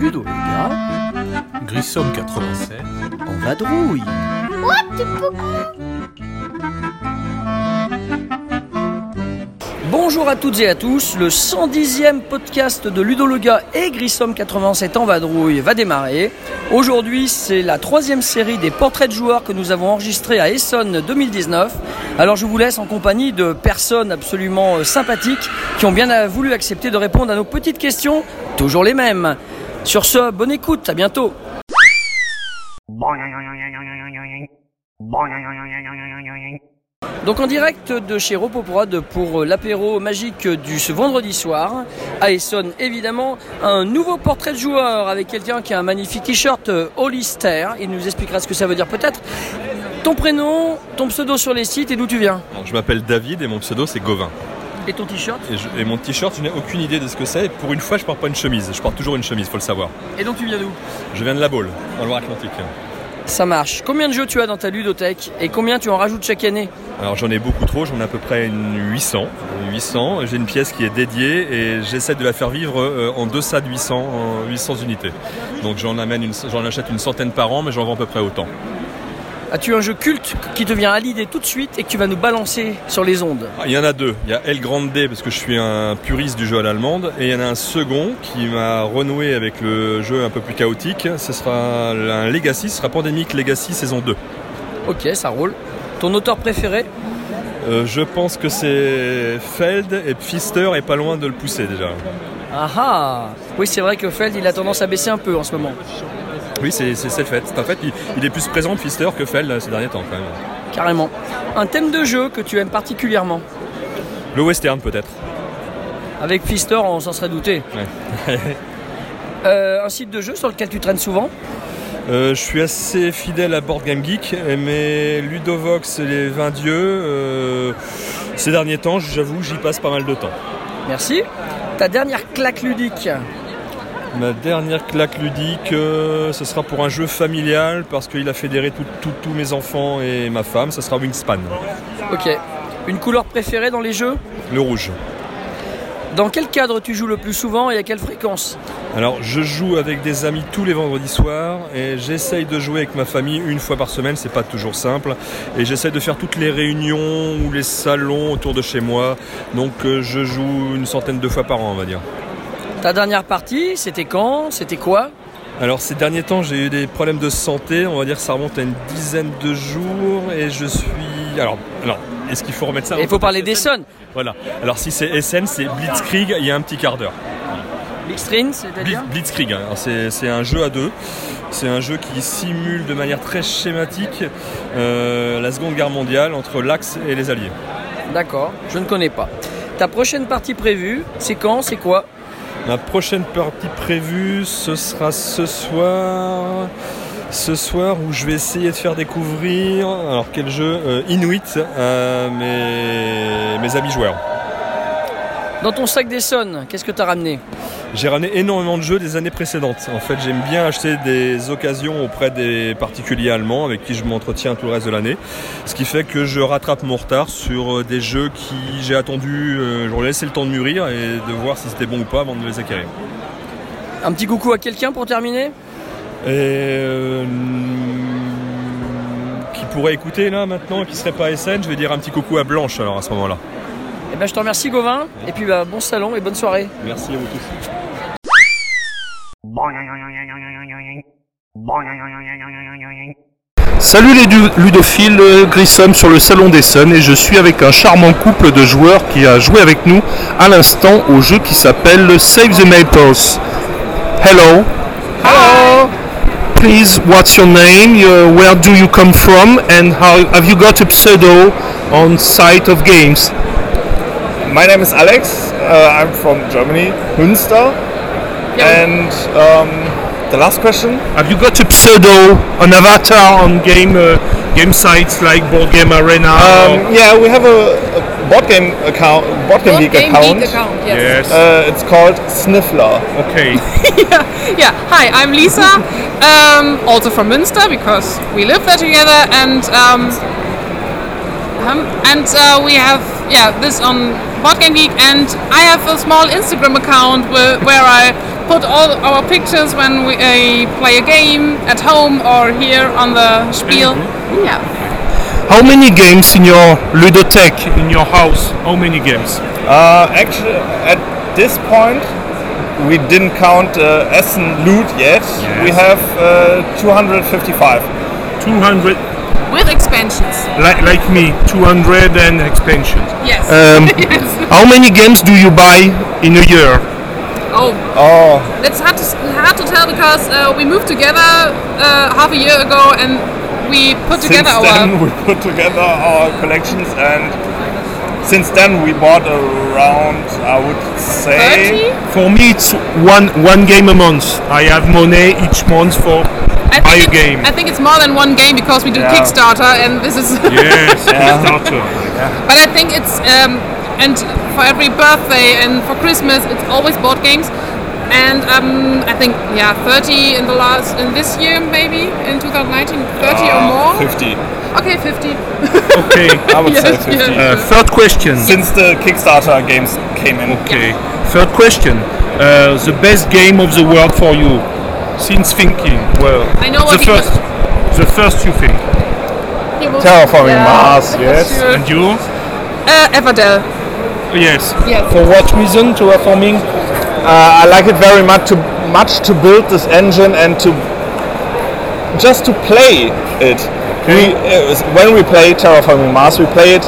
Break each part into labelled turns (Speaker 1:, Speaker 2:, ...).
Speaker 1: Ludo le gars
Speaker 2: Grissom 87.
Speaker 1: en vadrouille. Bonjour à toutes et à tous, le 110e podcast de Ludo le gars et Grissom 87 en vadrouille va démarrer. Aujourd'hui, c'est la troisième série des portraits de joueurs que nous avons enregistrés à Essonne 2019. Alors je vous laisse en compagnie de personnes absolument euh, sympathiques qui ont bien euh, voulu accepter de répondre à nos petites questions, toujours les mêmes. Sur ce, bonne écoute, à bientôt. Donc en direct de chez Ropoprod pour l'apéro magique du ce vendredi soir. À Essonne, évidemment, un nouveau portrait de joueur avec quelqu'un qui a un magnifique t-shirt euh, Hollister. Il nous expliquera ce que ça veut dire peut-être. Ton prénom, ton pseudo sur les sites et d'où tu viens.
Speaker 2: Alors, je m'appelle David et mon pseudo c'est Gauvin.
Speaker 1: Et ton t-shirt.
Speaker 2: Et, je- et mon t-shirt, je n'ai aucune idée de ce que c'est. Et Pour une fois, je porte pas une chemise. Je porte toujours une chemise, faut le savoir.
Speaker 1: Et donc tu viens d'où
Speaker 2: Je viens de La Baule, en Loire-Atlantique.
Speaker 1: Ça marche. Combien de jeux tu as dans ta ludothèque et combien tu en rajoutes chaque année
Speaker 2: Alors j'en ai beaucoup trop, j'en ai à peu près une 800. 800, j'ai une pièce qui est dédiée et j'essaie de la faire vivre euh, en deçà de 800, en 800 unités. Donc j'en amène une, j'en achète une centaine par an, mais j'en vends à peu près autant.
Speaker 1: As-tu un jeu culte qui te vient à l'idée tout de suite et que tu vas nous balancer sur les ondes
Speaker 2: Ah, Il y en a deux. Il y a El Grande parce que je suis un puriste du jeu à l'allemande et il y en a un second qui m'a renoué avec le jeu un peu plus chaotique. Ce sera un Legacy, ce sera Pandemic Legacy saison 2.
Speaker 1: Ok, ça roule. Ton auteur préféré
Speaker 2: Euh, je pense que c'est Feld et Pfister est pas loin de le pousser déjà.
Speaker 1: Ah ah Oui, c'est vrai que Feld, il a tendance à baisser un peu en ce moment.
Speaker 2: Oui, c'est c'est- c'est le fait. C'est un fait. Il, il est plus présent Pfister que Feld euh, ces derniers temps quand même.
Speaker 1: Carrément. Un thème de jeu que tu aimes particulièrement.
Speaker 2: Le western peut-être.
Speaker 1: Avec Fister, on s'en serait douté. Euh, un site de jeu sur lequel tu traînes souvent.
Speaker 2: Euh, je suis assez fidèle à Board Game Geek, mais Ludovox et les 20 dieux, euh, ces derniers temps, j'avoue, j'y passe pas mal de temps.
Speaker 1: Merci. Ta dernière claque ludique.
Speaker 2: Ma dernière claque ludique, euh, ce sera pour un jeu familial parce qu'il a fédéré tout- tout- tous mes enfants et ma femme. Ce sera Wingspan,
Speaker 1: Ok. Une couleur préférée dans les jeux
Speaker 2: le rouge.
Speaker 1: Dans quel cadre tu joues le plus souvent et à quelle fréquence
Speaker 2: Alors, je joue avec des amis tous les vendredis soirs et j'essaye de jouer avec ma famille une fois par semaine. C'est pas toujours simple et j'essaye de faire toutes les réunions ou les salons autour de chez moi. Donc, euh, je joue une centaine de fois par an, on va dire.
Speaker 1: Ta dernière partie, c'était quand C'était quoi
Speaker 2: Alors ces derniers temps j'ai eu des problèmes de santé, on va dire que ça remonte à une dizaine de jours et je suis... Alors, alors est-ce qu'il faut remettre ça en
Speaker 1: Il faut
Speaker 2: contexte
Speaker 1: parler des
Speaker 2: SN?
Speaker 1: sons.
Speaker 2: Voilà, alors si c'est SN c'est Blitzkrieg, il y a un petit quart d'heure.
Speaker 1: Big String,
Speaker 2: Blitz-
Speaker 1: c'est-à-dire
Speaker 2: Blitzkrieg, hein. Alors, c'est c'est un jeu à deux, c'est un jeu qui simule de manière très schématique euh, la Seconde Guerre mondiale entre l'Axe et les Alliés.
Speaker 1: D'accord, je ne connais pas. Ta prochaine partie prévue, c'est quand C'est quoi
Speaker 2: La prochaine partie prévue, ce sera ce soir. Ce soir où je vais essayer de faire découvrir, alors quel jeu Euh, Inuit à mes, mes amis joueurs.
Speaker 1: Dans ton sac des sons, qu'est-ce que t'as ramené
Speaker 2: J'ai ramené énormément de jeux des années précédentes. En fait, j'aime bien acheter des occasions auprès des particuliers allemands avec qui je m'entretiens tout le reste de l'année. Ce qui fait que je rattrape mon retard sur euh, des jeux qui j'ai attendu, euh, j'aurais laissé le temps de mûrir et de voir si c'était bon ou pas avant de les acquérir.
Speaker 1: Un petit coucou à quelqu'un pour terminer
Speaker 2: Et euh, qui pourrait écouter là maintenant, qui serait pas SN, je vais dire un petit coucou à Blanche alors à ce moment-là.
Speaker 1: Eh ben, je te remercie, Gauvin. Et puis, bah, bon salon et bonne soirée.
Speaker 2: Merci à vous tous.
Speaker 3: Salut les du- ludophiles, euh, Grissom sur le Salon des Suns et je suis avec un charmant couple de joueurs qui a joué avec nous à l'instant au jeu qui s'appelle Save the Maples. Hello. Hello. Please, what's your name? uh, Where do you come from? And how have you got a pseudo on site of games?
Speaker 4: My name is Alex. Uh, I'm from Germany, Münster. And um, the last question?
Speaker 3: Have you got a pseudo, an avatar on game uh, game sites like Board Game Arena? or-
Speaker 4: Um, yeah, Um, we have a, a board game account, board game
Speaker 5: Board
Speaker 4: league
Speaker 5: game
Speaker 4: account.
Speaker 5: league account. Yes.
Speaker 3: Yes.
Speaker 4: Uh, it's called Sniffler.
Speaker 3: okay.
Speaker 5: Yeah. Hi, I'm Lisa. um, also from Münster because we live there together, and um, um, and uh, we have yeah this on Board Game Geek, and I have a small Instagram account where, where I put all our pictures when we uh, play a game at home or here on the Spiel. Yeah.
Speaker 3: How many games in your ludothèque in your house? How many games?
Speaker 4: Uh, actually, at this point, we didn't count uh, Essen loot yet. We have uh, 255.
Speaker 3: 200
Speaker 5: With expansions.
Speaker 3: like, like me, 200 and expansions.
Speaker 5: Yes.
Speaker 3: Um,
Speaker 5: yes.
Speaker 3: How many games do you buy in a year?
Speaker 5: Oh,
Speaker 4: Oh,
Speaker 5: That's hard to, hard to tell because uh, we moved together uh, half a year ago and we put
Speaker 4: since
Speaker 5: together
Speaker 4: then
Speaker 5: our.
Speaker 4: we put together our collections, and since then we bought around, I would say,
Speaker 5: 30?
Speaker 3: For me, it's one one game a month. I have money each month for
Speaker 4: eh?
Speaker 5: I
Speaker 3: buy a
Speaker 5: think it's-
Speaker 3: game.
Speaker 5: I think it's more than one game because we do
Speaker 4: Yeah.
Speaker 5: Kickstarter and this is.
Speaker 3: yes,
Speaker 4: uh,
Speaker 3: Kickstarter.
Speaker 5: but I think it's. Um, and for every birthday and for Christmas, it's always board games. And um, I think yeah, 30 in the last in this year maybe in 2019, 30 or
Speaker 4: Ah,
Speaker 5: more.
Speaker 4: 50.
Speaker 5: Okay, 50.
Speaker 3: Okay.
Speaker 4: I would say
Speaker 5: Yes,
Speaker 4: 50.
Speaker 5: yes.
Speaker 3: Uh, third question.
Speaker 4: Since the Kickstarter games came in.
Speaker 3: Okay. Third question. Uh, the best game of the world for you, since thinking. Well,
Speaker 5: I know what
Speaker 3: the
Speaker 5: he was-
Speaker 3: first. The first you think.
Speaker 5: You will-
Speaker 4: Terraforming
Speaker 5: Yeah,
Speaker 4: Mars,
Speaker 5: for
Speaker 4: yes.
Speaker 5: sure.
Speaker 3: And you?
Speaker 5: Uh, Everdell.
Speaker 3: Yes.
Speaker 5: Yes.
Speaker 3: For what reason? To performing?
Speaker 4: Uh, I like it very much to much to build this engine and to just to play it. We, uh, when we play Terraforming Mars, we play it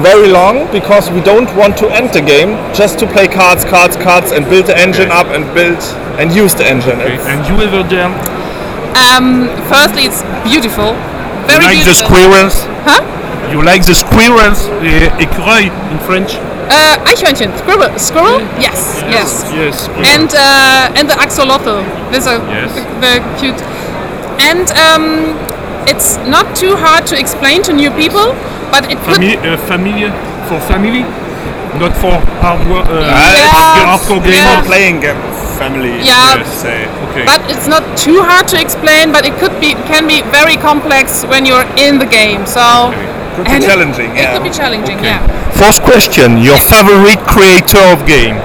Speaker 4: very long because we don't want to end the game just to play cards, cards, cards, and build the engine up and build and use the engine. It's-
Speaker 3: And you ever done?
Speaker 5: Um, firstly, it's beautiful. Very
Speaker 3: like the
Speaker 5: beautiful.
Speaker 3: squirrels?
Speaker 5: Huh?
Speaker 3: You like the squirrels? Eh, écureuil in French?
Speaker 5: Uh, Eichhörnchen, squirrel, squirrel? Yes, yes.
Speaker 3: Yes.
Speaker 5: And uh, and the axolotl. These are
Speaker 3: Yes.
Speaker 5: very cute. And um, it's not too hard to explain to new people, but it could.
Speaker 3: Family, uh, family for family, not for hard work. Uh,
Speaker 5: it's-
Speaker 3: hardcore
Speaker 5: yeah.
Speaker 3: gamer.
Speaker 4: Playing game family.
Speaker 5: Yeah.
Speaker 4: you Say.
Speaker 3: Okay.
Speaker 5: But it's not too hard to explain, but it could be can be very complex when you're in the game. So
Speaker 4: Could be
Speaker 5: And-
Speaker 4: challenging.
Speaker 5: it
Speaker 4: Yeah.
Speaker 5: could be challenging. Yeah.
Speaker 3: Fourth question: Your favorite creator of game?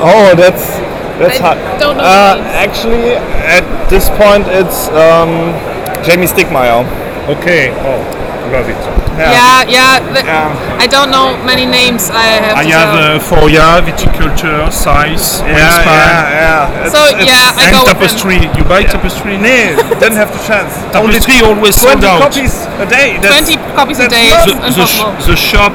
Speaker 4: Oh, that's that's
Speaker 5: I
Speaker 4: hard.
Speaker 5: don't know
Speaker 4: Uh,
Speaker 5: the names.
Speaker 4: actually, at this point, it's um, Jamie Stigmeyer.
Speaker 3: Okay. Oh, love it.
Speaker 5: Yeah, yeah. the-
Speaker 4: Yeah.
Speaker 5: I don't know many names. I have.
Speaker 3: I
Speaker 5: to
Speaker 3: have uh,
Speaker 5: tell.
Speaker 3: Foria, Viticulture, Size,
Speaker 4: Yeah,
Speaker 3: Wingspan,
Speaker 4: yeah, yeah.
Speaker 5: So yeah, I
Speaker 3: and
Speaker 5: go with them.
Speaker 3: Tapestry. You buy Tapestry?
Speaker 4: Nee, didn't have the chance.
Speaker 3: Tapestry always sold
Speaker 4: 20
Speaker 3: out.
Speaker 4: copies a day. That's,
Speaker 5: 20 copies a
Speaker 4: that's
Speaker 5: day.
Speaker 4: not-
Speaker 3: The,
Speaker 5: It's
Speaker 3: the, sh-
Speaker 5: impossible.
Speaker 3: the shop,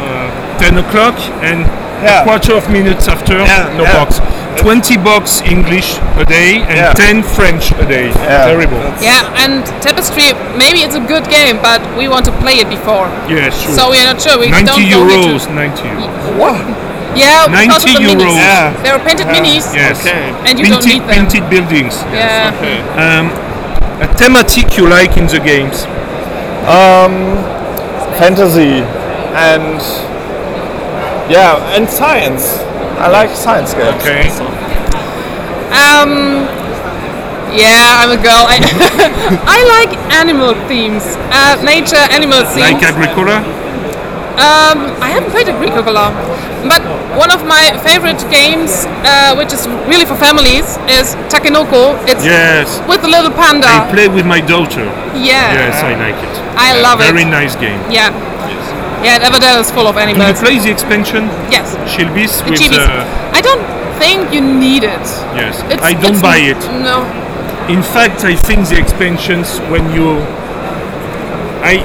Speaker 3: uh, 10 o'clock, and
Speaker 4: Yeah.
Speaker 3: a quarter of minutes after,
Speaker 4: Yeah,
Speaker 3: no
Speaker 4: yeah.
Speaker 3: box. 20 box English a day and
Speaker 4: Yeah.
Speaker 3: 10 French a day.
Speaker 4: Yeah.
Speaker 3: Terrible.
Speaker 5: Yeah, and Tapestry, maybe it's a good game, but we want to play it before.
Speaker 3: Yeah, sure.
Speaker 5: So we are not sure. We
Speaker 3: 90
Speaker 5: don't know which-
Speaker 3: euros, 90 euros.
Speaker 5: Yeah,
Speaker 3: 90
Speaker 5: because of the
Speaker 3: euros.
Speaker 5: minis.
Speaker 4: Yeah.
Speaker 5: There are painted minis.
Speaker 3: Yes.
Speaker 5: And you don't
Speaker 3: Painted,
Speaker 5: need them.
Speaker 3: painted buildings.
Speaker 5: Yeah.
Speaker 3: Um, a thematic you like in the games?
Speaker 4: fantasy and yeah, and science. I like science games.
Speaker 3: Okay.
Speaker 5: Um, yeah, I'm a girl. I, I like animal themes, uh, nature, animal themes.
Speaker 3: Like Agricola?
Speaker 5: Um, I haven't played Agricola, but one of my favorite games, uh, which is really for families, is Takenoko. It's
Speaker 3: Yes.
Speaker 5: with the little
Speaker 3: I
Speaker 5: panda.
Speaker 3: play with my daughter.
Speaker 5: yeah,
Speaker 3: Yes, I like it.
Speaker 5: I love
Speaker 3: Very
Speaker 5: it.
Speaker 3: nice game.
Speaker 5: Yeah. Yeah, Everdell is full of
Speaker 3: Do you
Speaker 5: animals.
Speaker 3: play the expansion?
Speaker 5: Yes.
Speaker 3: Shilbis
Speaker 5: The
Speaker 3: with
Speaker 5: chibis.
Speaker 3: uh,
Speaker 5: I don't think you need it.
Speaker 3: yes.
Speaker 5: It's,
Speaker 3: I don't
Speaker 5: it's-
Speaker 3: buy it.
Speaker 5: No.
Speaker 3: In fact, I think the expansions when you I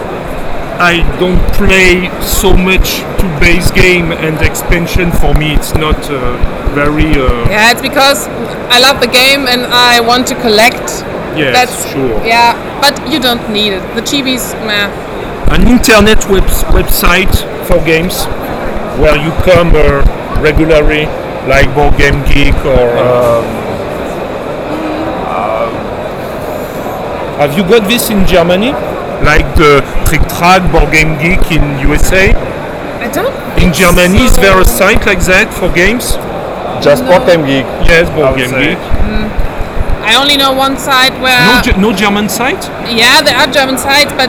Speaker 3: I don't play so much to base game and expansion for me it's not uh, very uh,
Speaker 5: Yeah, it's because I love the game and I want to collect.
Speaker 3: yes
Speaker 5: That's
Speaker 3: sure.
Speaker 5: Yeah, but you don't need it. The chibis, meh.
Speaker 3: An internet webs- website for games where you come uh, regularly like Board Game Geek or um, uh, Have you got this in Germany? like the Trick Track Board Game Geek in USA?
Speaker 5: I don't.
Speaker 3: In
Speaker 5: think
Speaker 3: Germany,
Speaker 5: so.
Speaker 3: is there a site like that for games?
Speaker 4: Just Board Game Geek.
Speaker 3: Yes, Board
Speaker 4: would
Speaker 3: Game
Speaker 4: say.
Speaker 3: Geek.
Speaker 5: I only know one site where.
Speaker 3: No, Ge- no German site?
Speaker 5: Yeah, there are German sites, but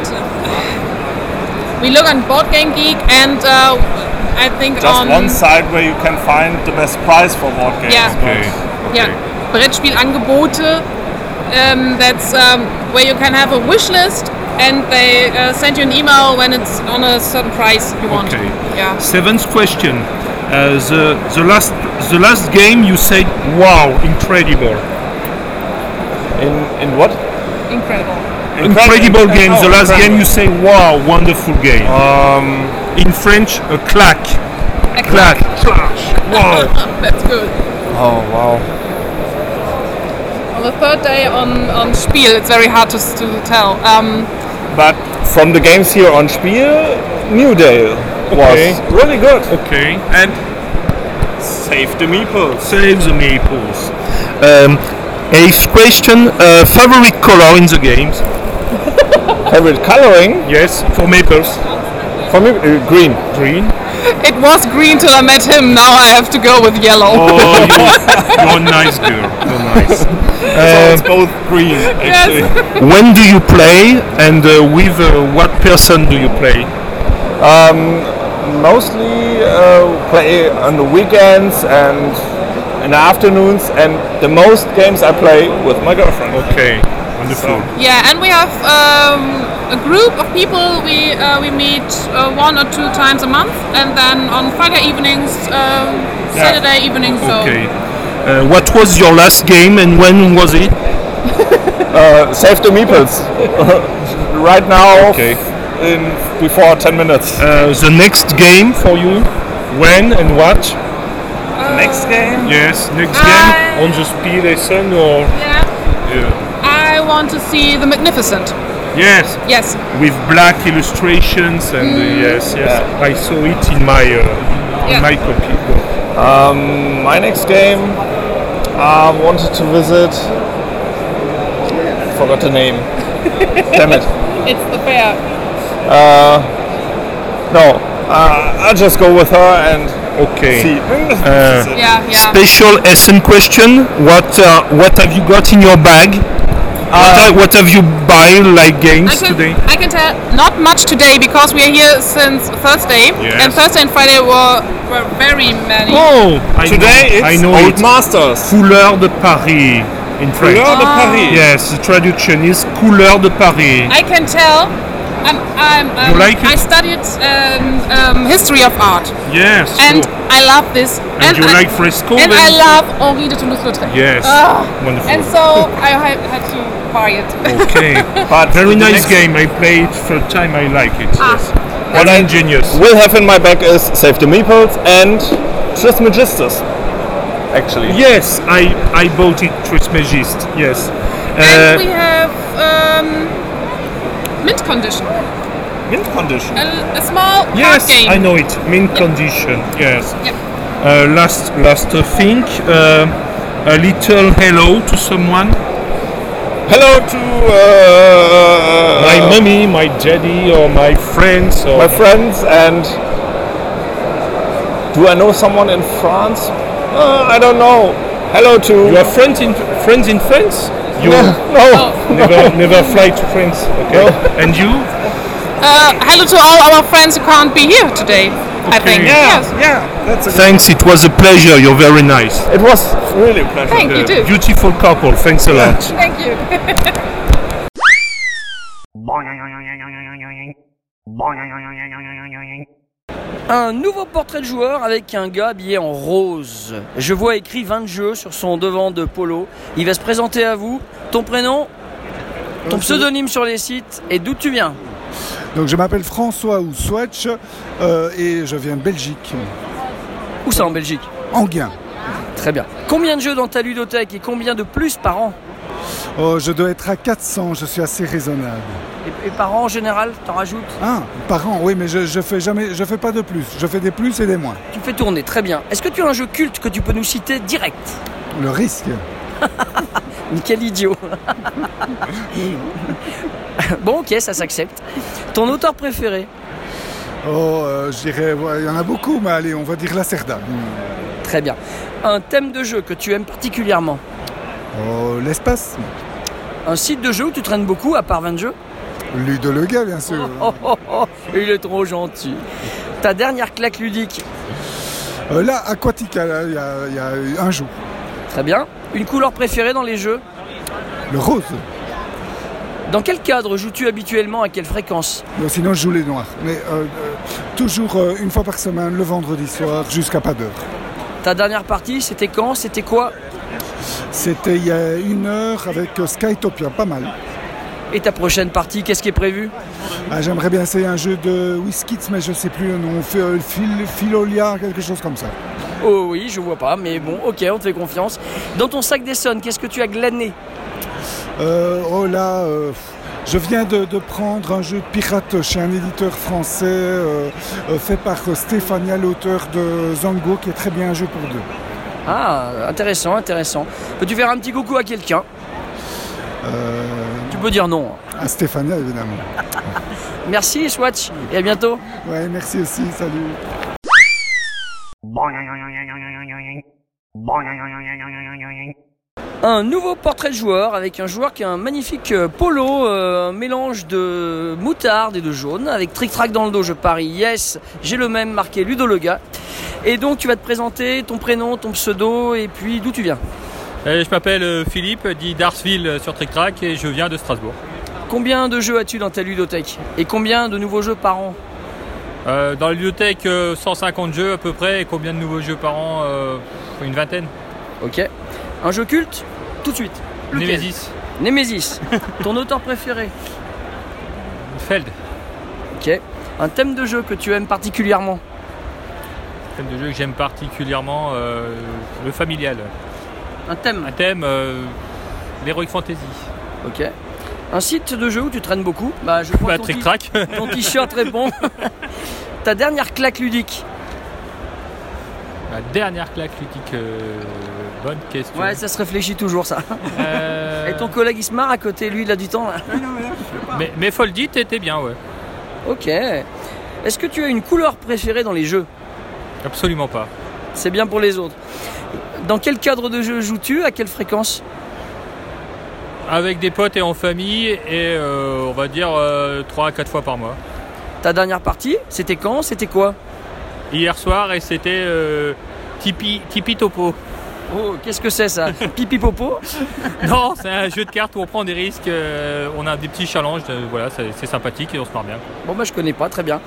Speaker 5: we look on Board Game Geek and uh, I think
Speaker 6: Just
Speaker 5: on
Speaker 6: one site where you can find the best price for board games.
Speaker 5: Yeah.
Speaker 6: but-
Speaker 5: yeah Brettspielangebote. Um, that's um, where you can have a wish list and they uh, send you an email when it's on a certain price you want.
Speaker 3: Okay.
Speaker 5: Yeah.
Speaker 3: Seventh question. Uh, the, the, last, the last game you said, wow, incredible.
Speaker 4: In, in what?
Speaker 5: Incredible.
Speaker 3: Incredible game, the last
Speaker 4: incredible.
Speaker 3: game you say, wow, wonderful game.
Speaker 4: Um,
Speaker 3: In French, a claque. Claque. Clash. Wow.
Speaker 5: that's good.
Speaker 4: oh wow.
Speaker 5: On the third day on, on Spiel, it's very hard to, s- to tell. Um,
Speaker 4: But from the games here on Spiel, New Day was
Speaker 3: Okay.
Speaker 4: really good.
Speaker 3: Okay. And
Speaker 6: Save the meeples.
Speaker 3: save the maples. Um, eighth question. Uh, favorite color in the games?
Speaker 4: Favorite coloring
Speaker 3: Yes, for maples.
Speaker 4: for me, uh, green.
Speaker 3: Green.
Speaker 5: it was green till I met him, now I have to go with yellow.
Speaker 3: Oh, you, you're a nice girl. You're nice. Um,
Speaker 6: so it's both green, actually.
Speaker 3: When do you play and uh, with uh, what person do you play?
Speaker 4: Mostly uh, play on the weekends and in the afternoons, and the most games I play with my girlfriend.
Speaker 3: Okay, wonderful.
Speaker 5: Yeah, and we have um, a group of people we uh, we meet uh, one or two times a month, and then on Friday evenings, um, Saturday evenings. So
Speaker 3: Okay. Uh, what was your last game and when was it?
Speaker 4: Uh, save the meeples. right now,
Speaker 3: Okay.
Speaker 4: in
Speaker 6: Um,
Speaker 4: before 10 minutes.
Speaker 3: Uh, the next game for you? When and what?
Speaker 6: Next game?
Speaker 3: Yes, next
Speaker 5: I-
Speaker 3: game on the speed lesson or
Speaker 5: yeah, I want to see the Magnificent.
Speaker 3: yes,
Speaker 5: Yes,
Speaker 3: with black illustrations and uh,
Speaker 4: Mm.
Speaker 3: yes, yes, I saw it in my uh,
Speaker 5: Yeah.
Speaker 3: in my copy.
Speaker 4: Um, my next game I wanted to visit. Forgot the name. Damn it.
Speaker 5: it's the fair.
Speaker 4: No, uh, I'll just go with her and
Speaker 3: Okay. Uh,
Speaker 4: see.
Speaker 5: Yeah, yeah.
Speaker 3: Special Essen question: What uh, what have you got in your bag? what, ha- what have you buy like
Speaker 5: I
Speaker 3: games
Speaker 5: can,
Speaker 3: today?
Speaker 5: I can tell not much today because we are here since Thursday,
Speaker 3: Yes.
Speaker 5: and Thursday and Friday were, were very many.
Speaker 3: Oh, I
Speaker 6: Today
Speaker 3: know, I
Speaker 6: it's
Speaker 3: know
Speaker 6: Old
Speaker 3: it.
Speaker 6: Masters.
Speaker 3: Couleur de Paris in French.
Speaker 6: Couleur de Paris.
Speaker 3: Yes, the traduction is Couleur de Paris.
Speaker 5: Ah. I can tell. I'm, I'm, um,
Speaker 3: You like it?
Speaker 5: I studied um, um, history of art.
Speaker 3: yes.
Speaker 5: and
Speaker 3: so-
Speaker 5: I love this.
Speaker 3: and you
Speaker 5: I,
Speaker 3: like fresco?
Speaker 5: And
Speaker 3: then?
Speaker 5: I love Henri de Toulouse-Lautrec.
Speaker 3: Yes.
Speaker 5: Ah,
Speaker 3: Wonderful.
Speaker 5: And so I ha- had to buy it.
Speaker 3: Okay,
Speaker 4: But
Speaker 3: very
Speaker 4: the
Speaker 3: nice
Speaker 4: next-
Speaker 3: game. I played third time. I like it.
Speaker 5: Ah.
Speaker 3: Yes. What ingenious.
Speaker 4: Will have in my bag is Save the Meeples and Tris Magistus. Actually.
Speaker 3: Yes, I I bought it Trismegist. Yes.
Speaker 5: and
Speaker 3: Uh,
Speaker 5: we have um, mint condition,
Speaker 6: Mint condition.
Speaker 5: a, a small
Speaker 3: yes,
Speaker 5: card game.
Speaker 3: I know it. Mint condition. Yes.
Speaker 5: Yep.
Speaker 3: Uh, last last uh, thing. Uh, a little hello to someone.
Speaker 4: Hello to uh,
Speaker 3: my mommy, my daddy, or my friends. Or
Speaker 4: my friends and. Do I know someone in France? Uh, I don't know. Hello to.
Speaker 3: You have friends in friends in France? You
Speaker 4: no.
Speaker 3: never never fly to France. Okay. And you?
Speaker 5: Uh, hello to all our friends who can't be here today.
Speaker 3: Okay.
Speaker 5: I think.
Speaker 3: Yeah.
Speaker 5: Yes.
Speaker 3: Thanks. It was a pleasure. You're very nice.
Speaker 4: It was really a pleasure.
Speaker 5: Thank you too.
Speaker 3: Beautiful couple. Thanks a lot.
Speaker 5: Thank you.
Speaker 1: Un nouveau portrait de joueur avec un gars habillé en rose. Je vois écrit 20 jeux sur son devant de polo. Il va se présenter à vous. Ton prénom, ton pseudonyme sur les sites et d'où tu viens.
Speaker 7: Donc je m'appelle François Oussouetch euh, et je viens de Belgique,
Speaker 1: Où ça en Belgique
Speaker 7: Anguin.
Speaker 1: Très bien. Combien de jeux dans ta ludothèque et combien de plus par an
Speaker 7: Oh, je dois être à 400, je suis assez raisonnable.
Speaker 1: et, et par an en général, t'en rajoutes
Speaker 7: Ah, par an, oui, mais je, je fais jamais, je fais pas de plus, je fais des plus et des moins.
Speaker 1: Tu fais tourner, très bien. Est-ce que tu as un jeu culte que tu peux nous citer direct
Speaker 7: Le risque.
Speaker 1: Mais Quel idiot bon, ok, ça s'accepte. Ton auteur préféré
Speaker 7: Oh, euh, je dirais, ouais, il y en a beaucoup, mais allez, on va dire la Cerda.
Speaker 1: Très bien. Un thème de jeu que tu aimes particulièrement
Speaker 7: Oh, l'espace.
Speaker 1: Un site de jeu où tu traînes beaucoup, à part 20 jeux
Speaker 7: Ludo Le Gars, bien sûr.
Speaker 1: Oh, oh, oh, il est trop gentil. Ta dernière claque ludique
Speaker 7: Euh, là, Aquatica, là, il y, a- il y a eu un jour.
Speaker 1: Très bien. Une couleur préférée dans les jeux
Speaker 7: Le rose.
Speaker 1: Dans quel cadre joues-tu habituellement À quelle fréquence
Speaker 7: Non, sinon, je joue les noirs. Mais euh, euh, toujours euh, une fois par semaine, le vendredi soir, jusqu'à pas d'heure.
Speaker 1: Ta dernière partie, c'était quand C'était quoi
Speaker 7: C'était il y a une heure avec euh, Skytopia, pas mal.
Speaker 1: Et ta prochaine partie, qu'est-ce qui est prévu
Speaker 7: Ah, J'aimerais bien essayer un jeu de Whiskits, mais je sais plus le nom. Fi- euh, Phil- Philolia, quelque chose comme ça.
Speaker 1: Oh oui, je vois pas, mais bon, ok, on te fait confiance. Dans ton sac d'Essonne, qu'est-ce que tu as glané
Speaker 7: Euh, oh là, euh, je viens de, de prendre un jeu de pirate chez un éditeur français euh, euh, fait par euh, Stéphania, l'auteur de Zango, qui est très bien un jeu pour deux.
Speaker 1: Ah, intéressant, intéressant. Peux-tu faire un petit coucou à quelqu'un
Speaker 7: Euh,
Speaker 1: Tu peux dire non.
Speaker 7: à Stéphania, évidemment.
Speaker 1: Merci, Swatch, et à bientôt.
Speaker 7: Ouais, merci aussi, salut.
Speaker 1: Un nouveau portrait de joueur avec un joueur qui a un magnifique euh, polo, euh, un mélange de moutarde et de jaune, avec tric-trac dans le dos, je parie. Yes, j'ai le même marqué Ludo le gars. Et donc, tu vas te présenter ton prénom, ton pseudo, et puis d'où tu viens.
Speaker 8: Euh, je m'appelle euh, Philippe, dit d'Arsville euh, sur Trick Track et je viens de Strasbourg.
Speaker 1: Combien de jeux as-tu dans ta ludothèque Et combien de nouveaux jeux par an
Speaker 8: Euh, dans la bibliothèque, euh, 150 jeux à peu près et combien de nouveaux jeux par an Euh, Une vingtaine.
Speaker 1: Ok. Un jeu culte Tout de suite. Lequel
Speaker 8: Nemesis,
Speaker 1: Nemesis. ton auteur préféré
Speaker 8: Feld,
Speaker 1: Ok. Un thème de jeu que tu aimes particulièrement
Speaker 8: thème de jeu que j'aime particulièrement, euh, le familial.
Speaker 1: Un thème
Speaker 8: Un thème, euh, l'Heroic Fantasy.
Speaker 1: Ok. Un site de jeu où tu traînes beaucoup Bah, je crois
Speaker 8: Pas
Speaker 1: que ton
Speaker 8: Trick
Speaker 1: ti-
Speaker 8: Track.
Speaker 1: Ton t-shirt répond. Ta dernière claque ludique
Speaker 8: La dernière claque critique, euh, bonne question.
Speaker 1: Ouais, ça se réfléchit toujours ça.
Speaker 8: Euh,
Speaker 1: Et ton collègue il se marre à côté, lui il a du temps là.
Speaker 8: mais, mais Foldit était bien, ouais.
Speaker 1: Ok. Est-ce que tu as une couleur préférée dans les jeux
Speaker 8: Absolument pas.
Speaker 1: C'est bien pour les autres. Dans quel cadre de jeu joues-tu À quelle fréquence
Speaker 8: Avec des potes et en famille, et euh, on va dire 3 à 4 fois par mois.
Speaker 1: Ta dernière partie, c'était quand C'était quoi
Speaker 8: Hier soir, et c'était euh, Tipeee, Tipeee Topo.
Speaker 1: Oh, qu'est-ce que c'est ça Pipi popo
Speaker 8: Non, c'est un jeu de cartes où on prend des risques. euh, on a des petits challenges. euh, voilà, c'est c'est sympathique et on se marre bien.
Speaker 1: Bon bah je connais pas, très bien.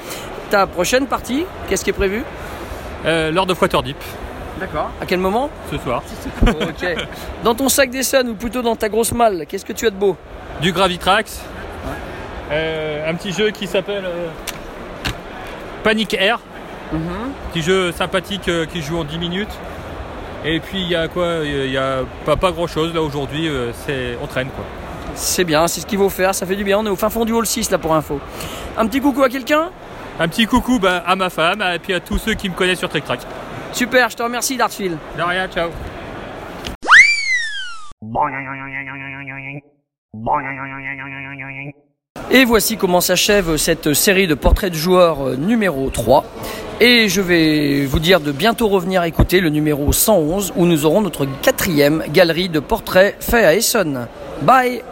Speaker 1: Ta prochaine partie, qu'est-ce qui est prévu
Speaker 8: Euh, Lord of Waterdeep,
Speaker 1: D'accord. À quel moment
Speaker 8: ce soir.
Speaker 1: Ok. Dans ton sac d'Essonne ou plutôt dans ta grosse malle, qu'est-ce que tu as de beau
Speaker 8: Du Gravitrax. Euh, un petit jeu qui s'appelle euh, Panic Air. Petit jeu sympathique euh, qui se joue en 10 minutes. Et puis il y a quoi Il y a pas, pas grand chose là aujourd'hui. euh, c'est on traîne quoi.
Speaker 1: C'est bien, c'est ce qu'il faut faire, ça fait du bien. On est au fin fond du hall 6 là pour info. Un petit coucou à quelqu'un
Speaker 8: Un petit coucou bah, à ma femme et puis à tous ceux qui me connaissent sur Trick Track.
Speaker 1: Super, je te remercie Dartfield.
Speaker 8: De rien, ciao.
Speaker 1: Et voici comment s'achève cette série de portraits de joueurs euh, numéro 3. Et je vais vous dire de bientôt revenir écouter le numéro 111 où nous aurons notre quatrième galerie de portraits faits à Essonne. Bye